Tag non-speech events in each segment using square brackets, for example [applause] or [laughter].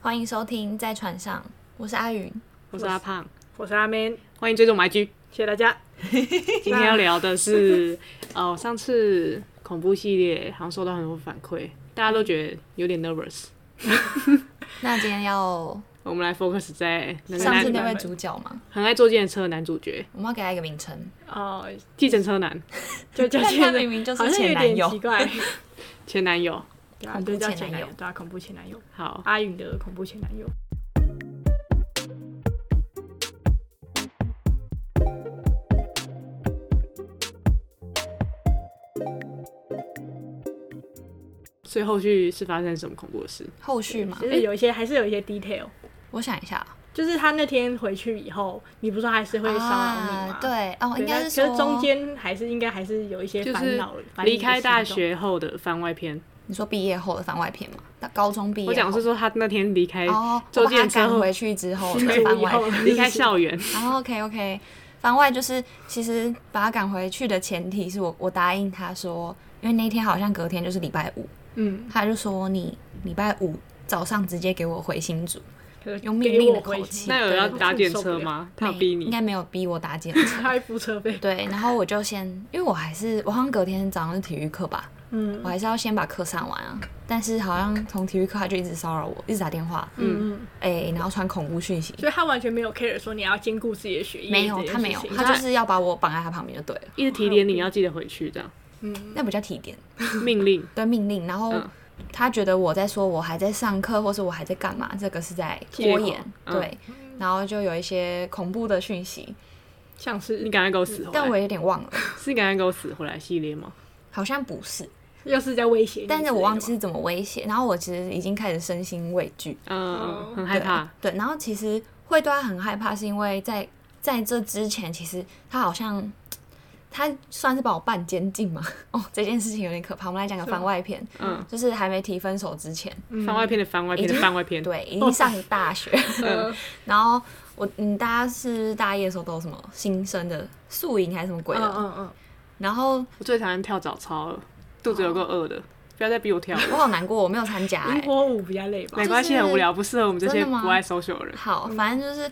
欢迎收听《在船上》，我是阿云。我是阿胖，我是阿 Man，欢迎追踪我 [laughs] 们 IG。谢谢大家。今天要聊的是，哦，上次恐怖系列好像收到很多反馈，大家都觉得有点 nervous。那今天要我们来 focus 在那个上次男那位主角吗？很爱坐计程车的男主角，我们要给他一个名称，哦，计程车男就叫但他前明男，明就好是像前有男点友奇。怪。 [laughs] 前男友。对啊，恐怖就叫前前男男友友，对啊，恐怖前男友，好，阿允的恐怖前男友。所以后续是发生什么恐怖的事？后续吗？就是有一些还是有一些 detail，我想一下就是他那天回去以后，你不是说还是会骚扰你啊，？吗对哦，应该但是可说是中间还是应该还是有一些就烦是恼，烦你离的开大行动。学后的番外篇。你说毕业后的番外篇嘛？那高中毕业后，我讲的是说他那天离开哦，周我把他建赶之后回去之 [laughs] 后的对番以外后篇。离开 [laughs] 校园，然后 OK OK，番外就是其实把他赶回去的前提是我我答应他说，因为那天好像隔天就是礼拜五，嗯，他就说你礼拜五早上直接给我回新竹，可是用命令的给我回口气那有要搭对电车吗？他有逼没应你？该没有逼我打 [laughs] 检测。他会付车 [laughs] 费。对，然后我就先，因为我还是我好像隔天早上是体育课吧，嗯我还是要先把课上完嗯啊。但是好像从体育课他就一直骚扰我，一直打电话，嗯嗯，哎、然后传恐怖讯息。所以他完全没有 care 说你要兼顾自己的学业。没有，他没有，他就是要把我绑在他旁边就对了，一直提点你要记得回去，这样嗯那不叫提点，命令。对命令。然后嗯他觉得我在说我还在上课，或是我还在干嘛，这个是在拖延借口，嗯对。然后就有一些恐怖的讯息，像是你赶快给我死回来！但我有点忘了，是赶快给我死回来系列吗？好像不是，又是在威胁你之类的吗，但是我忘记是怎么威胁。然后我其实已经开始身心畏惧，嗯，哦很害怕。对，然后其实会对他很害怕，是因为在在这之前，其实他好像他算是把我办监禁嘛。 [laughs] 哦，这件事情有点可怕。我们来讲个是吗番外篇，嗯，就是还没提分手之前，嗯番外篇的番外篇的番外篇，嗯对，已经上大学，呃，然后我嗯，大家是大一的时候都有什么新生的宿营还是什么鬼嗯的，嗯嗯，然后我最讨厌跳早操了，肚子有够饿的，不要再逼我跳了。我好难过，我没有参加、萤欸。火舞比较累吧没？关系，就是很无聊，不适合我们这些真的吗不爱 social 的人。欸好，反正就是。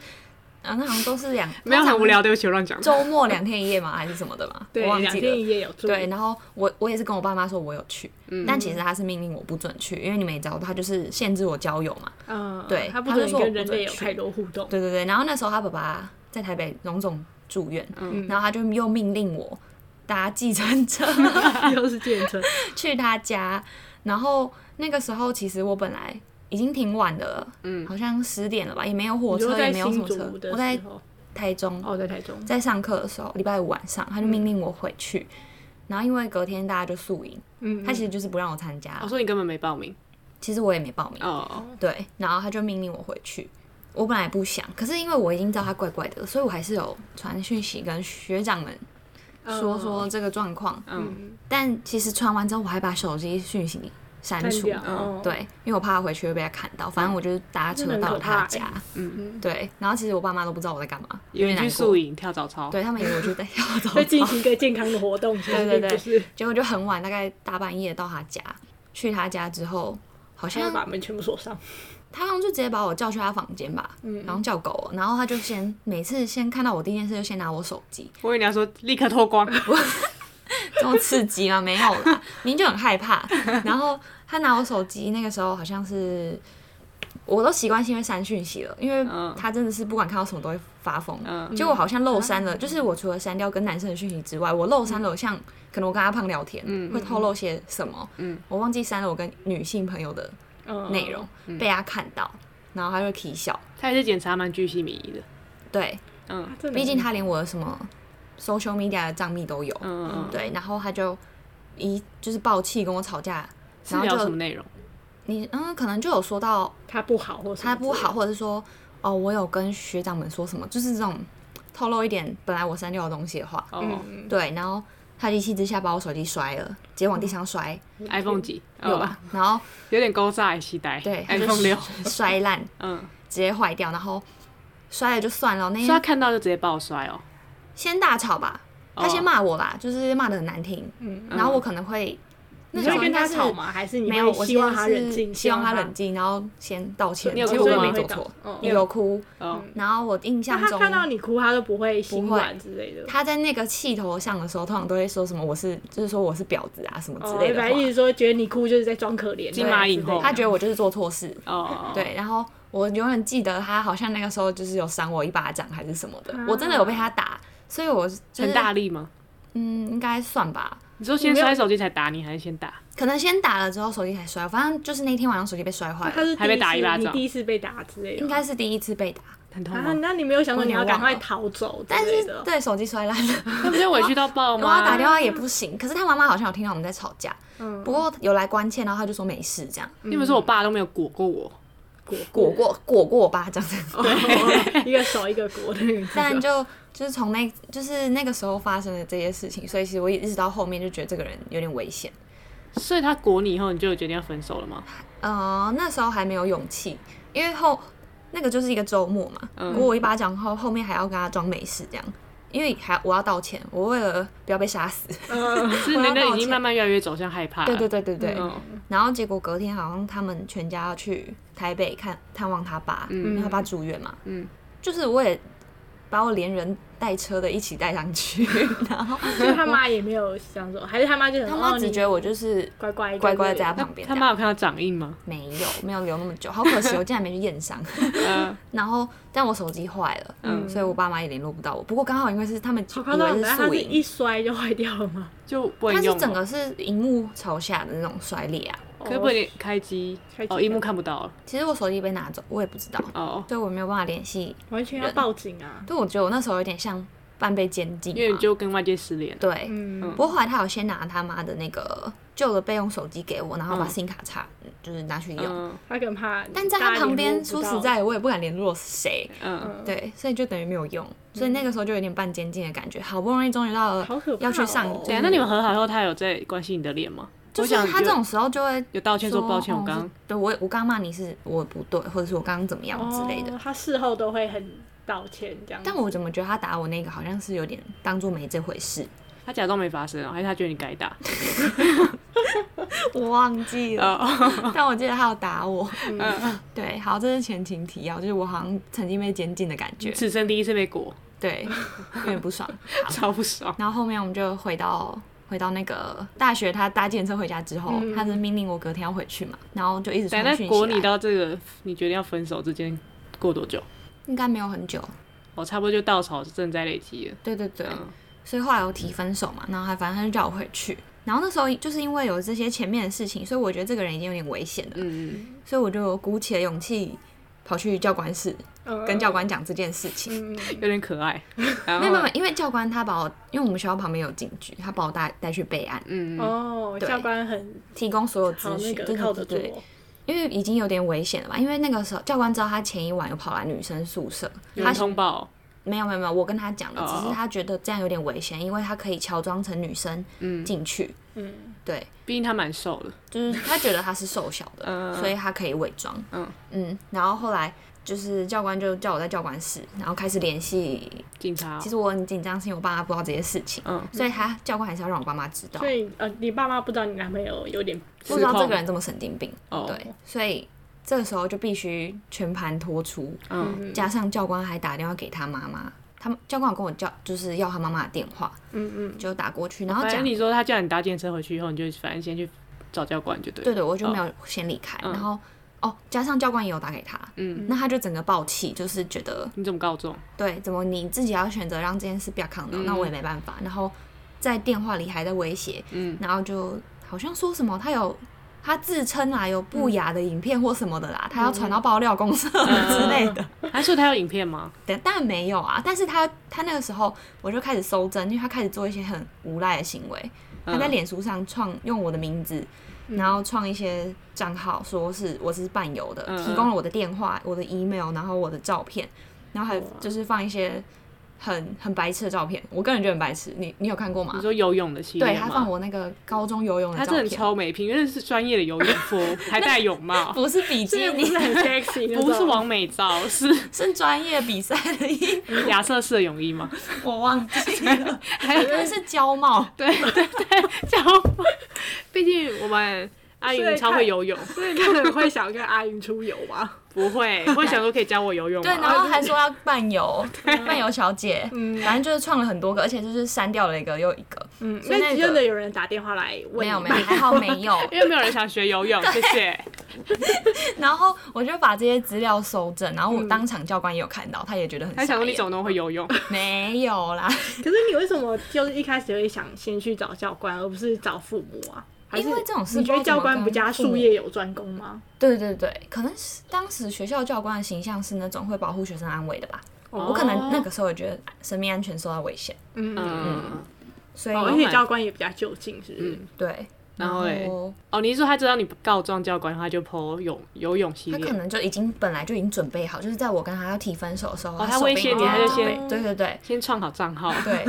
啊，那好像都是两没有很无，聊，通对不起，我乱讲常。周末两天一夜嘛，还是什么的嘛， [laughs] 对我，忘两记了天。一夜有做。对，然后我我也是跟我爸妈说我有去，嗯但其实他是命令我不准去，因为你们也知道，他就是限制我交友嘛。嗯，对他不他就准说我跟不人准类有去太多互动。对对对，然后那时候他爸爸在台北荣总住院，嗯然后他就又命令我搭计程 [laughs] 车 [laughs] 又是健身，去他家，然后那个时候其实我本来。已经挺晚的了，嗯好像十点了吧，也没有 [laughs] 火你就车，也在没有什新么车竹。的我在时候，台中，哦，在台中，在上课的时候，礼拜五晚上，他就命令我回去。然后因为隔天大家就宿营，嗯，哦他其实就是不让我参加。我说你根本没报名其实我也没报名，哦，对，然后他就命令我回去。我本来不想，可是因为我已经知道他怪怪的，所以我还是有传讯息跟学长们嗯说说这个状况。嗯，但其实传完之后，我还把手机讯息删删除。掉，嗯哦，对，因为我怕他回去会被他看到，反正我就是搭车真的很到了可怕他欸家。嗯，对，然后其实我爸妈都不知道我在干嘛，有有点人去难宿过。营跳早操，对他们以为我就在 [laughs] 跳蚤在进操行一个健康的活动，其实对对并对不是结果就很晚，大概大半夜到他家。去他家之后，好他要像把门全部锁上。他好像就直接把我叫去他房间吧，然后叫狗了，然后他就先每次先看到我第一件事就先拿我手机，我以为你要说立刻脱光，这么刺激吗？没有啦， [laughs] 您就很害怕。然后他拿我手机，那个时候好像是我都习惯性会删讯息了，因为嗯他真的是不管看到什么都会发疯。嗯结果我好像漏删了，就是我除了删掉跟男生的讯息之外，我漏删了像可能我跟阿胖聊天，会透露些什么，嗯我忘记删了我跟女性朋友的嗯，内容，被他看到，然后他就起笑。他也是检查蛮居心迷的，对，嗯啊，真的毕竟他连我的什么 social media 的账密都有，嗯嗯，对，然后他就一就是爆气跟我吵架，是然后聊什就么内容？你嗯，可能就有说到他不好，或什么他不之类好，，或者是说哦，我有跟学长们说什么，就是这种透露一点本来我删掉的东西的话，哦嗯，对，然后他一气之下把我手机摔了，直接往地上摔， ，iPhone 几？嗯有哦吧？嗯然后有点勾炸期待对，他就，iPhone 六，摔烂，嗯，直接坏掉，然后摔了就算了，那所一以他看到就直接爆摔哦，先大吵吧，他哦先骂我啦，就是骂的很难听，嗯然后我可能会。那你时候会跟他应该是吵吗？还是你没有，我会希望他他冷静，希望他冷。静，然后先道歉。你有结哭果我吗也没做会错道嗯，有哭。哦，然后我印象那他中，看到你哭，他都不会心软之类的。他在那个气头上的时候，通常都会说什么“我是”，就是说我是婊子啊什么之哦，类的反话。正意思说，觉得你哭就是在装可怜，金马影后他觉得我就是做错事，哦，对。然后我永远记得他好像那个时候就是有扇我一巴掌还是什么的，啊我真的有被他打，所以我就是很大力吗？嗯，应该算吧。你说先摔手机才打你，还是先打？可能先打了之后手机才摔，反正就是那天晚上手机被摔坏啊他了，是第还被打一次巴你掌第一次被打之类应的。该是第一次被打，很痛啊，吗？那你没有想说你要赶我快有点逃走之但类是的？哦对手机摔烂了， [laughs] 那不就委屈到爆 [laughs] 我要啊打吗？电话也不行。可是他妈妈好像有听到我们在吵架，嗯不过有来关切，然后他就说没事这样，你们说我爸都没有裹过我，裹过裹过我 [laughs] 巴掌。对， [laughs] 一个手一个国的那个字 [laughs] 但就就是从那就是那个时候发生的这些事情，所以其实我一直到后面就觉得这个人有点危险。所以他裹你以后，你就有决定要分 [laughs] 手了吗？呃，那时候还没有勇气，因为后那个就是一个周末嘛，嗯如果我一巴掌后，后面还要跟他装没事这样，因为还我要道歉，我为了不要被杀死，嗯是你的已经慢慢越来越走向害怕了。 [laughs] 对对对对对。嗯，然后结果隔天好像他们全家要去台北看探望他爸，因为他爸住院嘛，嗯， [laughs] 就是我也把我连人带车的一起带上去， [laughs] 然后就是他妈也没有想说，还是他妈就想他说妈哦只你觉得我就是乖乖的乖乖地之类在他的旁边这他样，妈有看到掌 [laughs] 印吗？没有没有留那么久，好可惜，我竟然没去验伤。 [laughs] 嗯，然后，但我手机坏了，嗯所以我爸妈也联络不到我。不过刚好因为是他们好夸张以为的，是他宿是一营，摔就坏掉了 [laughs] 吗？就不它能是用哦整了。个是荧幕朝下的那种摔裂啊。哦可是不能开机开，机哦，荧幕看不到了。其实我手机被拿走，我也不知道，哦，所以我没有办法联系。完全要报警啊！对，我觉得我那时候有点像半被监禁嘛，因为你就跟外界失联。对。嗯不，过后来他有先拿他妈的那个旧的备用手机给我，然后把嗯 SIM 卡插，就是拿去用。嗯他更怕。但在他旁边，说实，在，我也不敢联络谁。嗯，对，所以就等于没有用，所以那个时候就有点半监禁的感觉。好不容易终于到了好可怕要去上哦，就对是啊，那你们和好以后，他有在关心你的脸吗？就我是想他这有种时候就会有道歉说抱歉，哦我刚是刚对我我刚骂你是我不对，或者是我刚刚怎么样之类的。哦他事后都会很道歉这样子。但我怎么觉得他打我那个好像是有点当做没这回事，他假装没发生哦，还是他觉得你该 [laughs] 打？我忘记了。哦，但我记得他有打我。嗯对，好，这是前情提要，就是我好像曾经被监禁的感觉，此生第一次被裹，对，有点不爽。超不爽。然后后面我们就回到回到那个大学，他搭计程车回家之后，嗯他是命令我隔天要回去嘛，然后就一直对，传那讯息裹你来。到这个，你决定要分手之间过多久？应该没有很久，我差不多就稻草正在累积了。对对对，嗯所以后来我提分手嘛，然后他反正他就叫我回去。然后那时候就是因为有这些前面的事情，所以我觉得这个人已经有点危险了，嗯，所以我就鼓起了勇气跑去教官室嗯跟教官讲这件事情。嗯，有点 [laughs] 可爱。然没后有没有，没有因为教官他把我，因为我们学校旁边有警局，他把我带带去备案，嗯，哦，对教官很提供所有好资那讯，个对靠对得对住对哦，因为已经有点危险了吧？因为那个时候教官知道他前一晚有跑来女生宿舍，有他人通报，没有没有没有，我跟他讲的，哦只是他觉得这样有点危险，因为他可以乔装成女生嗯进去，嗯，对，毕竟他蛮瘦的。就是他觉得他是瘦小的， [laughs] 嗯所以他可以伪装，嗯嗯，然后后来。就是教官就叫我在教官室，然后开始联系。警察哦其，实我很紧张，是因为我爸妈不知道这些事情，嗯，所以他教官还是要让我爸妈知道所，以呃，你爸妈不知道你男朋友有点不知道失控这个人这么神经病，哦，对，所以这个时候就必须全盘托出，嗯，嗯加上教官还打电话给他妈妈，他们教官有跟我叫，就是要他妈妈的电话，嗯嗯，就打过去，然后反讲正，你说他叫你搭电车回去以后，你就反正先去找教官就对了。对对，我就没有先离开，哦嗯然后哦，加上教官也有打给他，嗯，那他就整个暴气，就是觉得你怎么告状？对，怎么你自己要选择让这件事不要看到，嗯那我也没办法，然后在电话里还在威胁，嗯，然后就好像说什么他有。他自称啊有嗯不雅的影片或什么的啦，他要传到爆料公社 [laughs] 之类的，还是他有影片吗？但当然没有啊，但是他他那个时候我就开始搜证，因为他开始做一些很无赖的行为。他在嗯脸书上创用我的名字，然后创一些账号，说是我是伴游的，嗯提供了我的电话、我的 email，然后我的照片，然后还有哇就是放一些很很白痴的照片。我个人觉得很白痴，你你有看过吗你？说游泳的系列对吗他放我那个高中游泳的他照真的片，超没品，因为是专业的游泳 [laughs] 夫，还戴泳帽，不是比基这个不尼，是很 [laughs] sexy，那不是种 [laughs] 完美照， [laughs] 是 [laughs] 是专业比赛的衣 [laughs] 服，亚瑟士的泳衣吗？我忘记了， [laughs] 还有 [laughs] 可能是胶帽。对对对，叫毕竟我们阿所云以超看会 [laughs] 游泳，所以你可能会想跟阿云出游吧？不会，会想说可以教我游泳对，然吗？后还说要伴游，伴游小姐，反正就是创了很多个，而且就是删掉了一个又一个， [laughs] 嗯，所以那那个真的有人打电话来问你吗，没有没有，还好没有。因为没有人想学游泳，谢谢。 [laughs] 然后我就把这些资料收正，然后我当场教官也有看到，他也觉得很傻他眼。想说你怎么那么会游泳？ [laughs] 没有啦， [laughs] 可是你为什么就是一开始会想先去找教官，而不是找父母啊？还是因为这种事你觉不得知道教怎么官不跟加父母术业有专攻吗？对对对，可能是当时学校教官的形象是那种会保护学生安危的吧。哦我可能那个时候也觉得生命安全受到危险，嗯，嗯，所以、哦好而且教官也比较就近，是不是？对，然后嘞后哦，你是说他知道你告状教官，他就泼泳游泳系他可 [laughs] 列？能就已经本来就已经准备好，就是在我跟他要提分手的时候，哦他手威边胁已你经他有就准备先对对对先创好账号， [laughs] 对，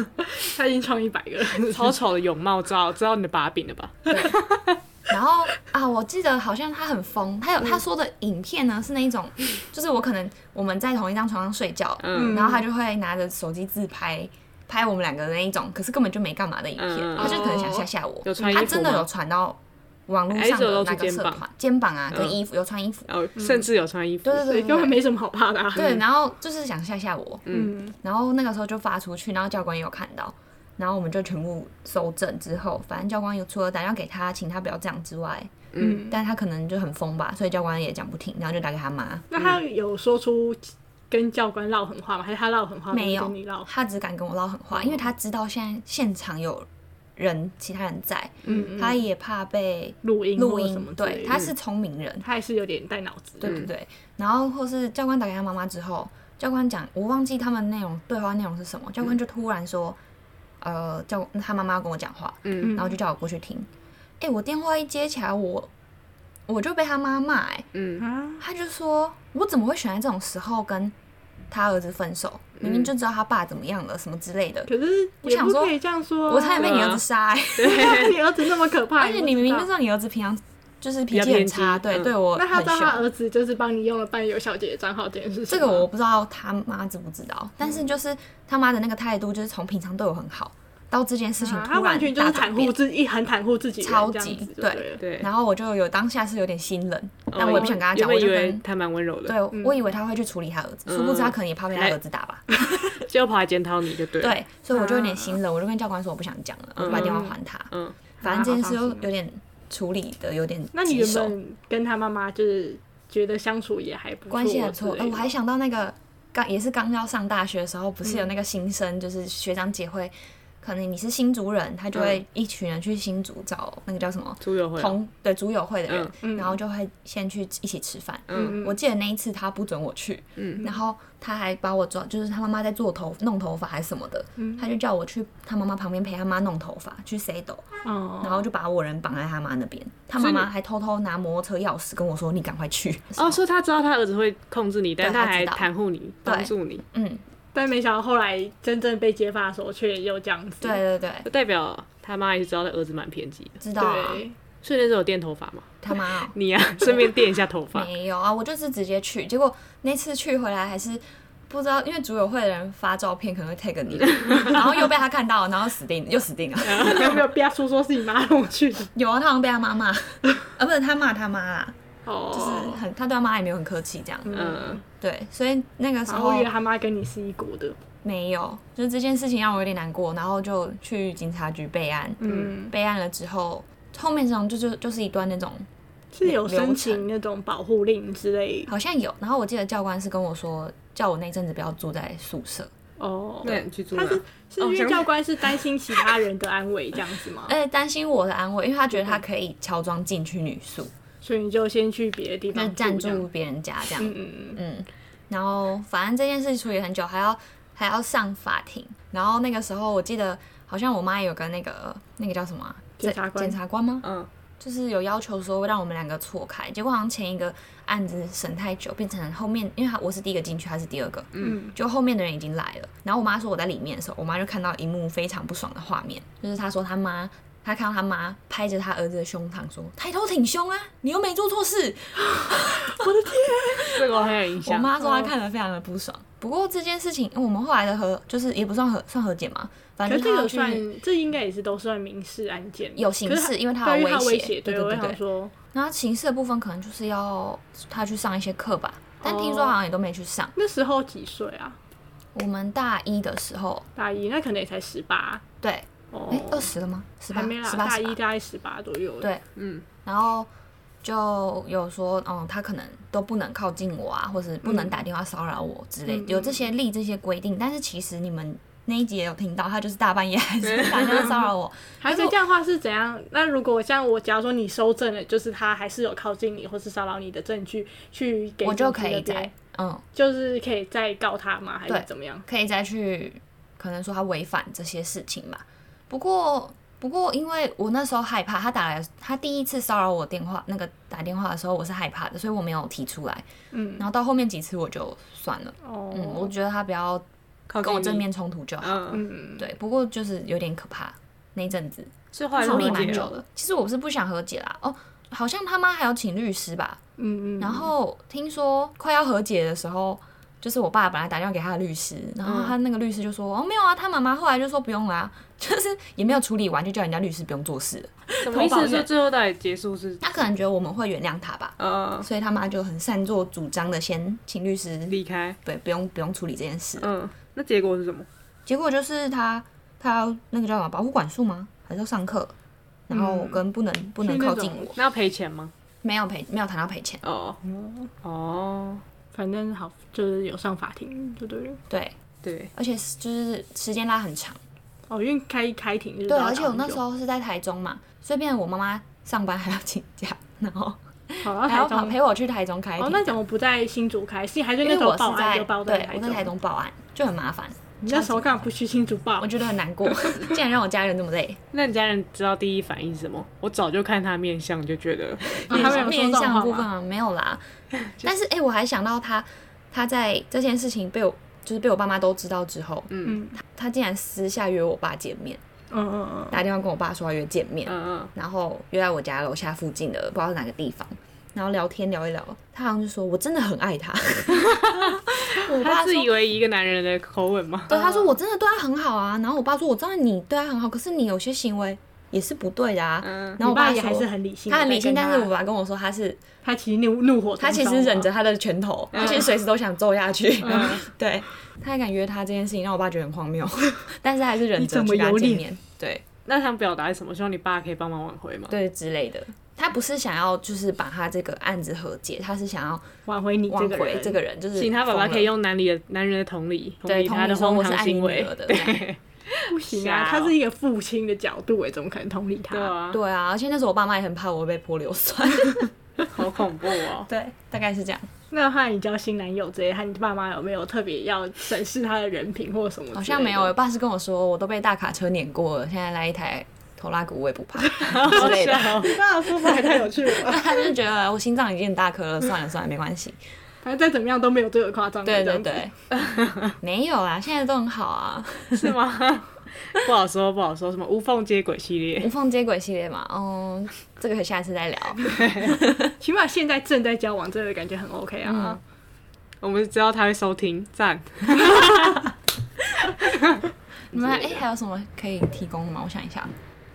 他已经创一百个了，超丑的泳帽照，知道你的把柄了吧？嗯然后啊，我记得好像他很疯，他有他说的影片呢是那一种，就是我可能我们在同一张床上睡觉，嗯然后他就会拿着手机自拍。拍我们两个的那一种，可是根本就没干嘛的影片，嗯嗯嗯他就可能想吓吓我。有穿衣服他吗真的有传到网络还上是有的露那出个社肩膀团，肩膀啊跟嗯衣服、有穿衣服，然后甚至有穿衣服对，对 [laughs] 所对以对根本对没什么好怕的、啊。对，然后就是想吓吓我，嗯，然后那个时候就发出去，然后教官也有看到，然后我们就全部收证之后，反正教官有除了打电话给他，请他不要这样之外，嗯，但他可能就很疯吧，所以教官也讲不听，然后就打给他妈，那他有说出跟教官唠狠话吗？还是他唠狠话没跟有你唠，？他只敢跟我唠狠话，因为他知道现在现场有人，其他人在，嗯，他也怕被录音录或什么音，之类的对，他是聪明人，他还是有点带脑子。对嗯对对，然后或是教官打给他妈妈之后，教官讲我忘记他们内容对话内容是什么，教嗯官就突然说，呃，叫他妈妈要跟我讲话，嗯然后就叫我过去听，哎、我电话一接起来，我我就被他妈骂、哎，嗯，啊，他就说我怎么会选在这种时候跟他儿子分手，明嗯明就知道他爸怎么样了什么之类的，可是我也想不说可以这样说啊、我差点被你对啊儿子杀、哎，你儿子那么可怕， [laughs] 而且你明明就知是。道你儿子平常就是比脾较气很偏激差，对，嗯对我那他很知道他凶。儿子就是帮你用了伴游小姐的账号这件事这情吗，个我不知道他妈知不知道，但是就是他妈的那个态度，就是从平常对我很好，到这件事情啊他突完然全就大是转袒变护。自己，很袒护自己人这超样级子就对对了。对。然后我就有当下是有点心冷，哦但我也不想跟他原讲，我本以就为跟他蛮温柔的，对嗯我以为他会去处理他儿子，殊不知他可能也怕被他来儿子打哎吧。结果跑来检讨你就对了。对，所以我就有点啊心冷，我就跟教官说我不想讲了，我就把电话还他。嗯，反正这件事好又伤心哦有点处理的有点那你棘原手，本跟他妈妈就是觉得相处也还不错，关系还不错。之哎，类我的还想到那个刚也是刚要上大学的时候，不嗯是有那个新生，就是学长姐会。可能你是新竹人，他就会一群人去新竹找那个叫什么出游会啊，同对竹友会的人嗯，嗯然后就会先去一起吃饭。嗯嗯我记得那一次他不准我去，嗯然后他还把我抓，就是他妈妈在做头弄头发还是什么的，嗯他就叫我去他妈妈旁边陪他妈弄头发，去 C 斗，哦，然后就把我人绑在他妈那边，他妈妈还偷偷拿摩托车钥匙跟我说你赶快去。哦，说他知道他儿子会控制你，但对他他还知道袒护你，对帮助你，嗯，但没想到后来真正被揭发的时候，却又这样子。对对对，就代表他妈也是知道他儿子蛮偏激的。知道啊，对，所以那时候有电头发嘛，他妈哦、 [laughs] 你啊，顺便垫一下头 [laughs] 发。没有啊，我就是直接去，结果那次去回来还是。不知道，因为组委会的人发照片可能会 tag 你，然后又被他看到，然后死定又死定了。 [laughs] 那你有没有被他说说是你妈弄 [laughs] 去的？有啊，他好像被他妈骂，啊，不是他骂他妈啦，就是哦，很他对他妈也没有很客气这样。嗯，对，所以那个时然后候原来他妈跟你是一股的。没有，就是这件事情让我有点难过，然后就去警察局备案。嗯，备案了之后，后面这种就就就是一段那种是流有申程请那种保护令之类的。好像有，然后我记得教官是跟我说，叫我那阵子不要住在宿舍，哦，那你去住哪他？是是因哦为想教官是担心其他人的安危这样子 [laughs] 吗？而且担心我的安危，因为他觉得他可以乔装进去女宿，所以你就先去别的地那方暂这样住别人家这样。嗯嗯嗯，嗯，然后反正这件事处理很久，还要还要上法庭。然后那个时候我记得好像我妈也有跟那个那个叫什么啊检察官检察官吗？嗯，就是有要求说让我们两个错开，结果好像前一个案子审太久，变成后面，因为他我是第一个进去，他是第二个，嗯，就后面的人已经来了。然后我妈说我在里面的时候，我妈就看到一幕非常不爽的画面，就是她说她妈。他看到他妈拍着他儿子的胸膛说：“抬头挺胸啊，你又没做错事。”这个很有影我响。妈说她看了非常的不爽。不过这件事情，我们后来的和就是也不算和算和解嘛，反可正是这她个要去算，这应该也是都算民事案件，有刑可是事，因为她对，因为有他威威胁，胁，对对，我对也想对。说，然后刑事的部分可能就是要她去上一些课吧，但听说哦好像也都没去上。那时候几岁啊？我们大一的时候，大一，那可能也才十八对，哦哎，，二十了吗？十八还没，啦，十八，大一18大概十八左右。对嗯，然后就有说，嗯，他可能都不能靠近我啊，或是不能打电话骚扰我之类，嗯嗯有这些立这些规定。但是其实你们那一集也有听到，他就是大半夜还 [laughs] 是打电话骚扰我，还是这样的话是怎样？那如果像我，假如说你收证了，就是他还是有靠近你或是骚扰你的证据，去给我就警局可以那边再，嗯，就是可以再告他吗？还对是怎么样？可以再去，可能说他违反这些事情吧。不过。不过，因为我那时候害怕，他打来，他第一次骚扰我电话，那个打电话的时候，我是害怕的，所以我没有提出来。嗯，然后到后面几次我就算了，哦，嗯，我觉得他不要靠跟我近正你，面冲突就好。嗯，嗯，对，不过就是有点可怕那一阵子，所以后来处就理和蛮解久了。的。其实我是不想和解啦，哦，好像他妈还要请律师吧。嗯嗯，然后听说快要和解的时候，就是我爸本来打电话给他的律师，然嗯后他那个律师就说、哦没有啊，他妈妈后来就说不用啦，就是也没有处理完就叫人家律师不用做事了。什么意投保思？人说最后到底结束是他可能觉得我们会原谅他吧，呃所以他妈就很擅作主张的先请律师，离开？对，不用不用处理这件事。嗯，那结果是什么？结果就是他他要那个叫什么保护管束吗？还是要上课？然后跟不能、不能嗯去那靠种近我，那要赔钱吗？没有赔没有谈到赔钱，哦哦，反正好，就是有上法庭，就对了。对，对，而且是就是时间拉很长，哦，因为开开庭就是对，都要而且我打那很时久候是在台中嘛，所以变成我妈妈上班还要请假， [laughs] 然后跑到还哦台要跑中，陪我去台中开庭哦，那怎么不在新竹开？是还是因那为时候我报是案在就报对我在中？台中报案就很麻烦，你那时候干嘛不去新竹报我？觉得很难 [laughs] 过，竟然让我家人这么累，那你家人知道第一反应是什么？我早就看他面相就觉得，啊他们有说面这种相话部吗分啊没有 [laughs] 啦，但是哎、我还想到他他在这件事情被我就是被我爸妈都知道之后，嗯他竟然私下约我爸见面，嗯嗯嗯，打电话跟我爸说要约见面，嗯然后约在我家楼下附近的不知道是哪个地方，然后聊天聊一聊，他好像就说我真的很爱 [laughs] 他，我嗯，爸他说自。以为以一个男人的口吻吗？ [laughs] 对，他嗯说我真的对他很好啊，然后我爸说我知道你对他很好，可是你有些行为也是不对的啊。嗯然后我你爸说也还是很理性他地很理在性，跟但是他我爸跟我说他是他其实怒怒火中烧他嘛，其实忍着他的拳头，嗯而且随时都想揍下去。 [laughs] 对，他还敢约他这件事情，让我爸觉得很荒 [laughs] 谬，但是还是忍你着怎么去跟他有见脸面，对那想表达是什么？希望你爸可以帮忙挽回吗？对之类的。他不是想要就是把他这个案子和解，他是想要挽回你挽这个回人，这个人，就是请他爸疯爸了可以用男理的男人的同理，同对理同他理的说荒我是唐爱你行女为儿。的，对这样不行啊，瞎哦他是一个父亲的角度，哎，怎么可能同理他？对啊，对啊，而且那时候我爸妈也很怕我被泼硫 [laughs] 酸，好恐怖哦。对，大概是这样，那和你交新男友之类，和你爸妈有没有特别要审视他的人品或什么？好像没有。我，爸是跟我说，我都被大卡车碾过了，现在来一台头拉骨我也不 [laughs] 怕之类的，笑你爸的说法也太有趣了吧， [laughs] 他就觉得我心脏已经很大颗了，算了算了，没关 [laughs] 系。反正再怎么样都没有这个夸张。对这对样子，对，没有啦，现在都很好啊。 [laughs] 是吗？不好说，不好说，什么无缝接轨系列无，缝接轨系列嘛，嗯，这个可以下次再聊。 [laughs] 起码现在正在交往，这个感觉很 OK 嗯啊。我们知道他会收听，赞。你们之哎、类的还有什么可以提供的吗？我想一下，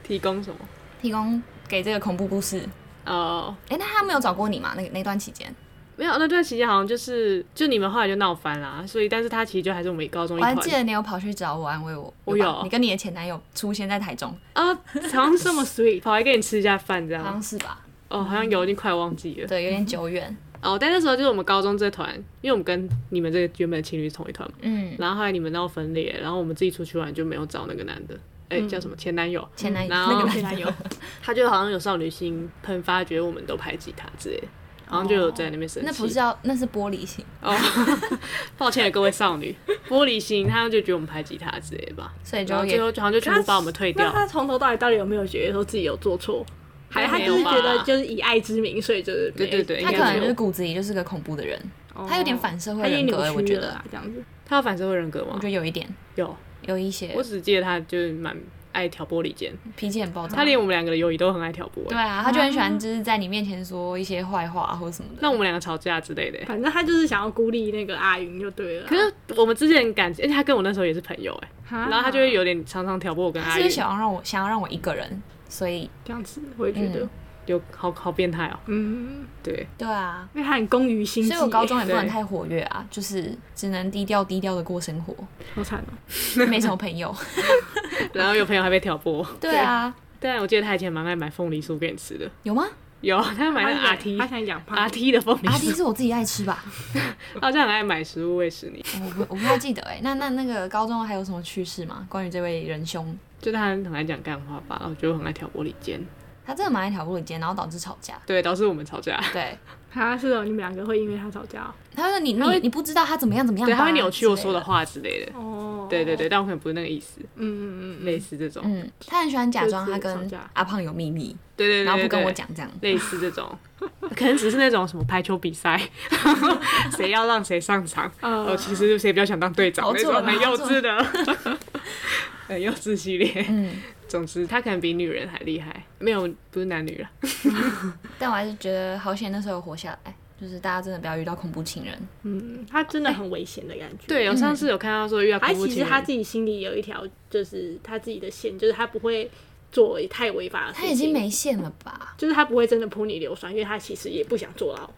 提供什么？提供给这个恐怖故事。哦，哎、那他没有找过你吗？那那段期间，没有，那段时间好像就是就你们后来就闹翻啦，所以但是他其实就还是我们高中一我还团记得你有跑去找我安慰我，我吧有你跟你的前男友出现在台中，啊，好像这么 sweet，跑来跟你吃一下饭这好像样。是吧？哦，好像有点快忘记了。对，有点久远。哦，但那时候就是我们高中这团，因为我们跟你们这个原本的情侣是同一团嘛，嗯，然后后来你们闹分裂，然后我们自己出去玩就没有找那个男的，哎、叫什么前男友，前男友嗯然那后个前 [laughs] 男友，他就好像有少女心喷发，觉得我们都排挤他之类的，然后就有在那边生气。哦那不是要，那是玻璃心，哦，抱歉各位少女，玻璃心，他就觉得我们排挤他之类的吧，所以然就后也最后好像就全部把我们退那掉。他从头到尾到底有没有觉得说自己有做错？还他没就有是吧觉得就是以爱之名，所以就是对对对他应可该能没就有是骨子里就是个恐怖的人，他有点反社哦他会有点人格、扭欸，我曲觉得了，这样子。他有反社会人格吗我觉？得有一点，有，有一些我。只记得他就是蛮爱挑拨离间，脾气很暴躁。他连我们两个的友谊都很爱挑拨、嗯对啊，他就很喜欢就是在你面前说一些坏话或者什么的。那我们两个吵架之类的、反正他就是想要孤立那个阿云就对了。可是我们之前感情，而且他跟我那时候也是朋友哎、哈，然后他就会有点常常挑拨我跟啊他阿是不姨是，想要让我想要让我一个人？所以这样子，我也觉得，有好好变态哦、嗯， [laughs] 对，对啊，因为他很功于心计所耶，以我高中也不能对太活跃啊，就是只能低调低调的过生 [laughs] 活，好惨哦。没什么朋友。然后有朋友还被挑拨，对啊，但我记得他以前蛮爱买凤梨酥给你吃的，有吗？有他买那个啊他阿养他 T 想养胖阿 T 的凤梨阿弟酥，是我自己爱吃吧？他好像很爱买食物喂食你，我不我不太记得哎、那那那个高中还有什么趣事吗？关于这位仁兄，就他很爱讲干话吧，然后就很爱挑拨离间，他真的蛮爱挑拨离间，然后导致吵架。对，导致我们吵架，对，他是哦，你们两个会因为他吵架他说你他会你你不知道他怎么样怎么样吧，对，他会扭曲我说的之类。话之类的，哦。对对对，，但我可能不是那个意思，嗯嗯嗯，类似这种，嗯，他很喜欢假装他就是跟吵架阿胖有秘密，对对对，然后不跟对我，讲这样。对类似这种，可能只是那种什么排球 [laughs] 比赛，谁要让谁上场，嗯哦，其实谁比较想当队长好那做种了很好幼做稚的， [laughs] 很幼稚系列。嗯，总之，他可能比女人还厉害，没有不是男女了。但我还是觉得好险那时候有活下来，就是大家真的不要遇到恐怖情人。嗯，他真的很危险的感觉。对，我上次有看到说遇嗯到他恐怖哎其情人，实他自己心里有一条，就是他自己的线，就是他不会做太违法的事他情。已经没线了吧？就是他不会真的泼你硫酸，因为他其实也不想坐牢。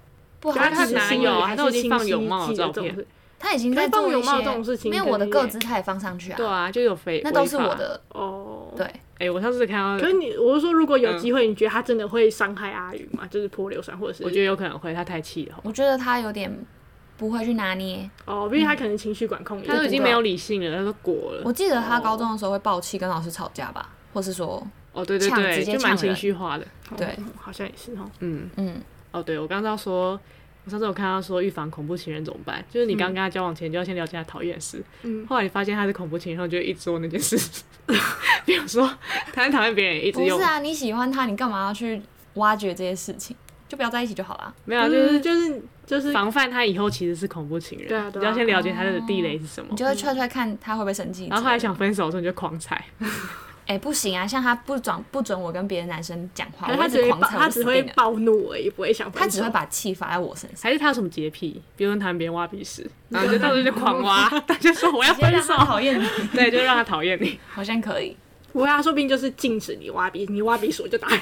不好他意他思，哪是有因为啊还他都是已经清放晰有帽的记得照这种片事他已经可在是放做有一帽些这种事情没有我的跟个子他也放上去对啊，啊，就有肥，那都是违法我。的。哦。对，哎、我上次看到可，是你，我是说，如果有嗯机会，你觉得他真的会伤害阿云嗯吗？就是泼硫酸，或者是我觉得有可能会，他太气了，我觉得他有点不会去拿捏。哦，因为他可能情绪管控也他都已经不没够有理性了，他都果了啊我。记得他高中的时候会爆气，跟老师吵架吧，或是说，哦，对对呛直对，接就蛮呛人情绪化的。对哦好像也是哦。嗯，嗯，哦，对，我刚刚要说，我上次有看到说预防恐怖情人怎么办，就是你刚跟他交往前就要先了解他讨厌的事，嗯，后来你发现他是恐怖情人，然后就一直做那件事， [laughs] 比如说他很讨厌别人，一直不用是，啊，你喜欢他，你干嘛要去挖掘这些事情？就不要在一起就好了。没有啊，就是就是就是防范他以后其实是恐怖情人，嗯对啊对啊你要先了解他的地雷是什么你。就会踹踹看他会不会生气。然后后来，想分手的时候你就狂踩，哎、不行啊，像他不准不准我跟别的男生讲话，可是我一直他只会狂暴，踩，他我只死会定了。暴怒而已，不会想分啊手。他只会把气发在我身上，还是他有什么洁癖，比如说讨厌别人挖鼻屎，然后就到处就狂挖，他就说我要分手，讨厌 [laughs] 你，对，就让他讨厌你。 [laughs] 好像可以。不会啊，说不定就是禁止你挖鼻，你挖鼻屎我就 [laughs] 打你。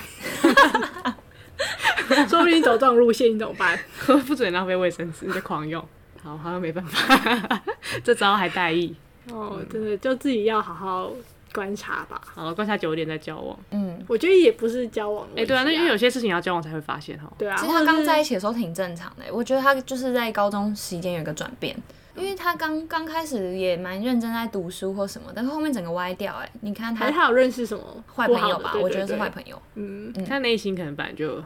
说不定走这种路线，你怎么办？不准浪费卫生纸，你就狂用。好，好像没办法， [laughs] 这招还带意。嗯哦，真的就自己要好好观察吧。好了，观察久一点再交往。嗯，我觉得也不是交往的哎、问题对啊，啊，那因为有些事情要交往才会发现哦。对啊，其实或者他是刚在一起的时候挺正常的、欸我觉得他就是在高中期间有一个转变，因为他刚刚开始也蛮认真在读书或什么，但是后面整个歪掉、哎，你看还他是他有认识什么坏不朋好友的吧，对我对觉得是对坏朋友，嗯，他内心可能本来就有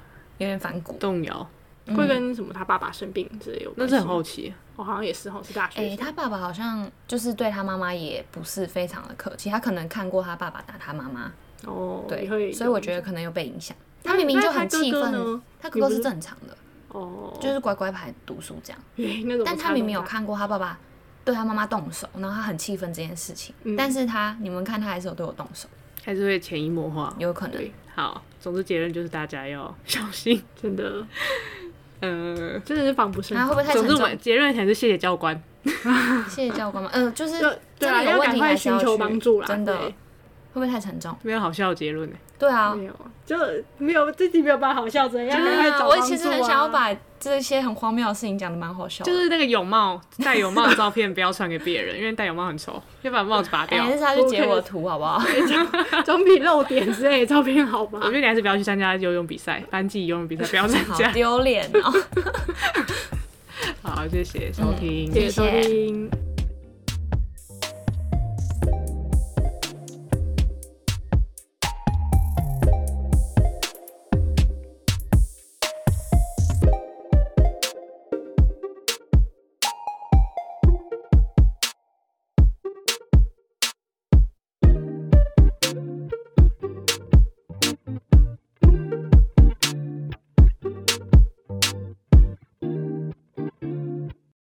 点反骨。动摇，嗯会跟什么他爸爸生病之类有那关系。是很后期。我好像也是，哦，是大学哎、生。他爸爸好像就是对他妈妈也不是非常的客气，他可能看过他爸爸打他妈妈，哦，也对，会所以我有觉得可能有被影响。那他明明那就他很哥气哥愤呢，他哥哥你不是是正常的，哦，就是乖乖牌读书这样，哎那种，但他明明有，看过他爸爸对他妈妈动手，然后他很气愤这件事情，嗯但是他你们看他还是有对我动手，还是会潜移默化。有可能对，好，总之结论就是大家要小心。真的呃，真的是防不胜那会不防。会太总沉之我重们？结论还是谢谢教官。谢谢教官吗？呃，就是就对真啊，的有要问赶题快还是寻要求去帮助啦。真的对会不会太沉重？没有好笑的结论呢、欸对啊，没有，就没有自己没有办法好笑，怎样？赶快找我帮其实助很啊想要把这些很荒谬的事情讲的蛮好笑的，就是那个泳帽戴泳帽的照片不要传给别人，因为戴泳帽很丑，要把帽子拔哎，掉。还是他去截我的图好不 [laughs] 好？ [laughs] 总比露点之类的照片好吧我觉？得你还是不要去参加游泳比赛，班级游泳比赛不要参好加。丢脸哦。好，谢谢收听。谢谢收 [laughs] 嗯谢谢听。